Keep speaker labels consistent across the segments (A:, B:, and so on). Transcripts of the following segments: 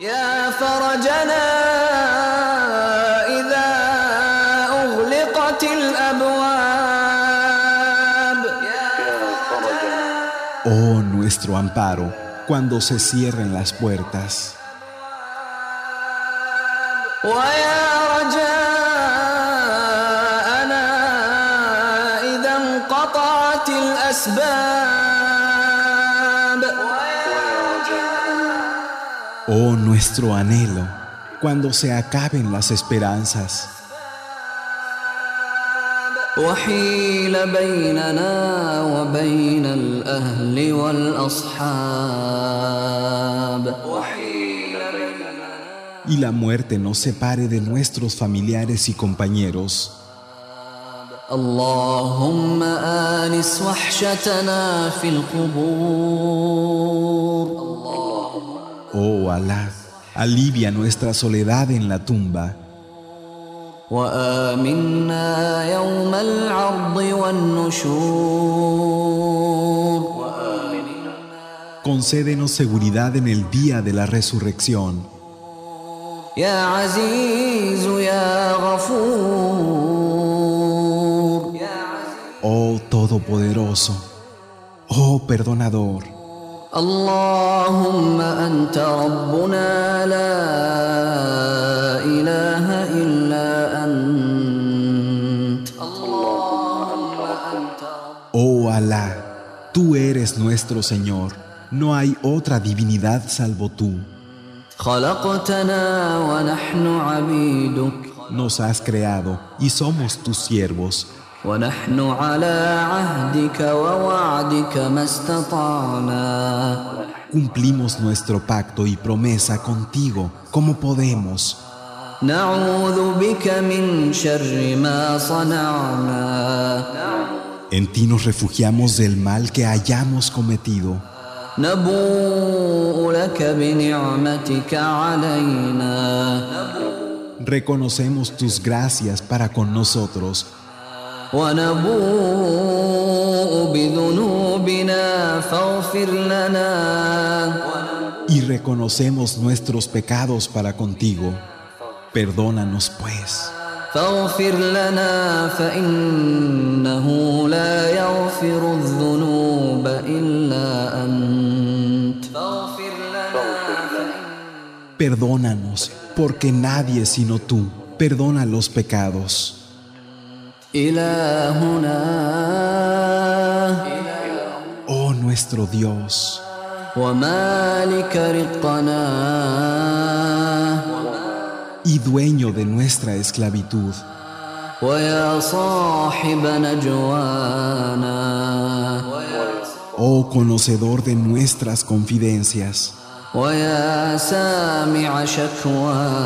A: يا فرجنا إذا أغلقت الأبواب
B: Oh nuestro amparo, cuando se cierren las puertas.
A: ويا رجاءنا إذا انقطعت الأسباب
B: Oh nuestro anhelo, cuando se acaben las esperanzas.
A: وحيل بيننا وبين الأهل والأصحاب
B: Y la muerte nos separe de nuestros familiares y compañeros.
A: اللهم آنس وحشتنا في القبور
B: Oh Alá, alivia nuestra soledad en la tumba
A: وآمنا يوم العرض والنشور
B: Concédenos seguridad en el día de la resurrección.
A: يا عزيز يا غفور
B: Oh Todopoderoso, oh Perdonador,
A: اللهم أنت ربنا لا إله إلا أنت
B: oh Alá, tú eres nuestro Señor, no hay otra divinidad salvo tú.
A: خلقتنا ونحن عبيدك
B: Nos has creado y somos tus siervos,
A: ونحن على عهدك ووعدك ما استطعنا
B: cumplimos nuestro pacto y promesa contigo como podemos.
A: نعوذ بك من شر ما صنعنا
B: En ti nos refugiamos del mal que hayamos cometido.
A: نبوء لك بنعمتك علينا
B: Reconocemos tus gracias para con nosotros
A: ونبوء بذنوبنا فاغفر لنا
B: y reconocemos nuestros pecados para contigo. Perdónanos pues,
A: فاغفر لنا فإنه لا يغفر الذنوب إلا أنت فاغفر لنا
B: perdónanos, porque nadie sino tú perdona los pecados.
A: إلهنا
B: Oh nuestro Dios,
A: ومالك رقنا
B: y dueño de nuestra esclavitud,
A: ويا صاحب نجوانا
B: oh conocedor de nuestras confidencias,
A: ويا سامع شكوانا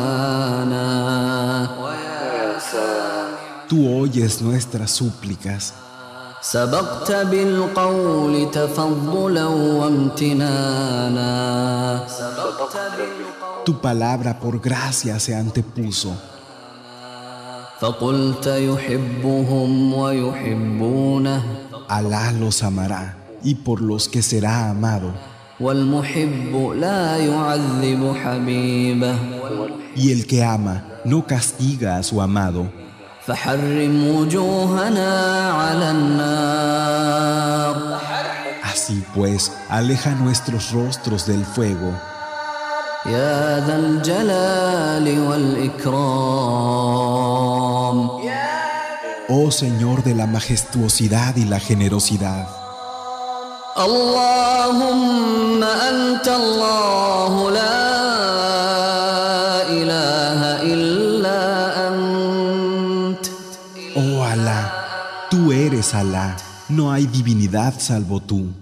A: ويا سامع
B: tú oyes nuestras súplicas.
A: سبقت بالقول تفضلا وامتنانا سبقت بالقول
B: Tu palabra por gracia se antepuso.
A: فقلت يحبهم ويحبونه
B: Alá los amará y por los que será amado.
A: والمحب لا يعذب حبيبه
B: Y el que ama no castiga a su amado.
A: فحرم وجوهنا على النار
B: Así pues, aleja nuestros rostros del fuego.
A: يا ذا الجلال والإكرام
B: Oh Señor de la majestuosidad y la generosidad.
A: اللهم أنت الله لا إله إلا أنت
B: Oh Alá, tú eres Alá, no hay divinidad salvo tú.